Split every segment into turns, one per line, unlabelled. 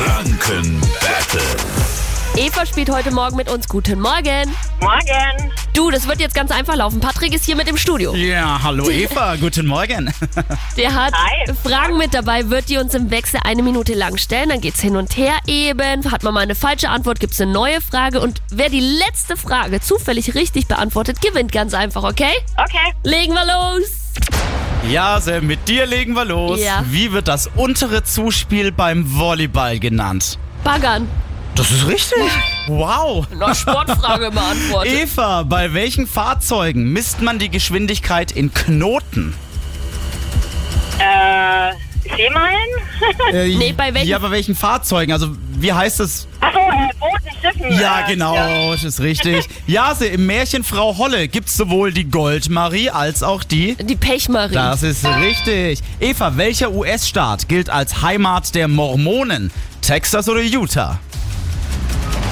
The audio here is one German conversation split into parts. Franken Battle.
Eva spielt heute Morgen mit uns. Guten Morgen.
Morgen.
Du, das wird jetzt ganz einfach laufen. Patrick ist hier mit im Studio.
Ja, hallo Eva, guten Morgen.
Der hat
Hi.
Fragen mit dabei, wird die uns im Wechsel eine Minute lang stellen. Dann geht's hin und her eben. Hat man mal eine falsche Antwort, gibt's eine neue Frage. Und wer die letzte Frage zufällig richtig beantwortet, gewinnt ganz einfach, okay?
Okay.
Legen wir los.
Jase, mit dir legen wir los.
Ja.
Wie wird das untere Zuspiel beim Volleyball genannt?
Baggern.
Das ist richtig. Wow.
Eine Sportfrage beantwortet.
Eva, bei welchen Fahrzeugen misst man die Geschwindigkeit in Knoten?
Äh, Seemeilen?
Äh,
Nee, bei welchen-
Ja, bei welchen Fahrzeugen? Also, wie heißt das?
Achso, äh, Booten, Schiffen.
Ja,
äh,
genau, das ist richtig. Jase, im Märchen Frau Holle gibt's sowohl die Goldmarie als auch die...
Die Pechmarie.
Das ist richtig. Eva, welcher US-Staat gilt als Heimat der Mormonen? Texas oder Utah?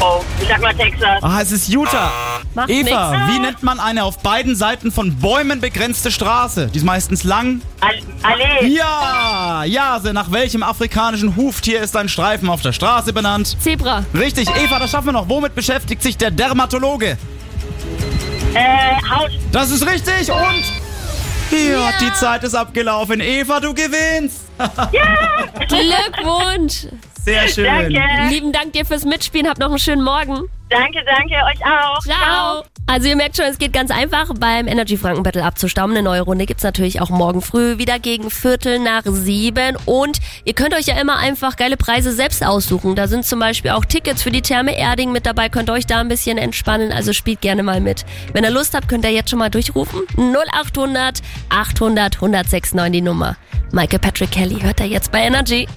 Oh, ich sag mal Texas.
Ah, es ist Utah.
Macht
Eva,
nix.
wie nennt man eine auf beiden Seiten von Bäumen begrenzte Straße? Die ist meistens lang.
Al Allee.
Ja, Jase, nach welchem afrikanischen Huftier ist ein Streifen auf der Straße benannt?
Zebra.
Richtig, Eva, das schaffen wir noch. Womit beschäftigt sich der Dermatologe?
Äh, Haut.
Das ist richtig und... Ja, die Zeit ist abgelaufen. Eva, du gewinnst.
Glückwunsch.
Sehr schön.
Danke.
Lieben Dank dir fürs Mitspielen. Habt noch einen schönen Morgen.
Danke, danke. Euch auch.
Ciao. Also ihr merkt schon, es geht ganz einfach beim Energy Franken Battle abzustammen. Eine neue Runde gibt's natürlich auch morgen früh wieder gegen Viertel nach sieben. Und ihr könnt euch ja immer einfach geile Preise selbst aussuchen. Da sind zum Beispiel auch Tickets für die Therme Erding mit dabei. Könnt euch da ein bisschen entspannen. Also spielt gerne mal mit. Wenn ihr Lust habt, könnt ihr jetzt schon mal durchrufen. 0800 800 1069 die Nummer. Michael Patrick Kelly hört er jetzt bei Energy.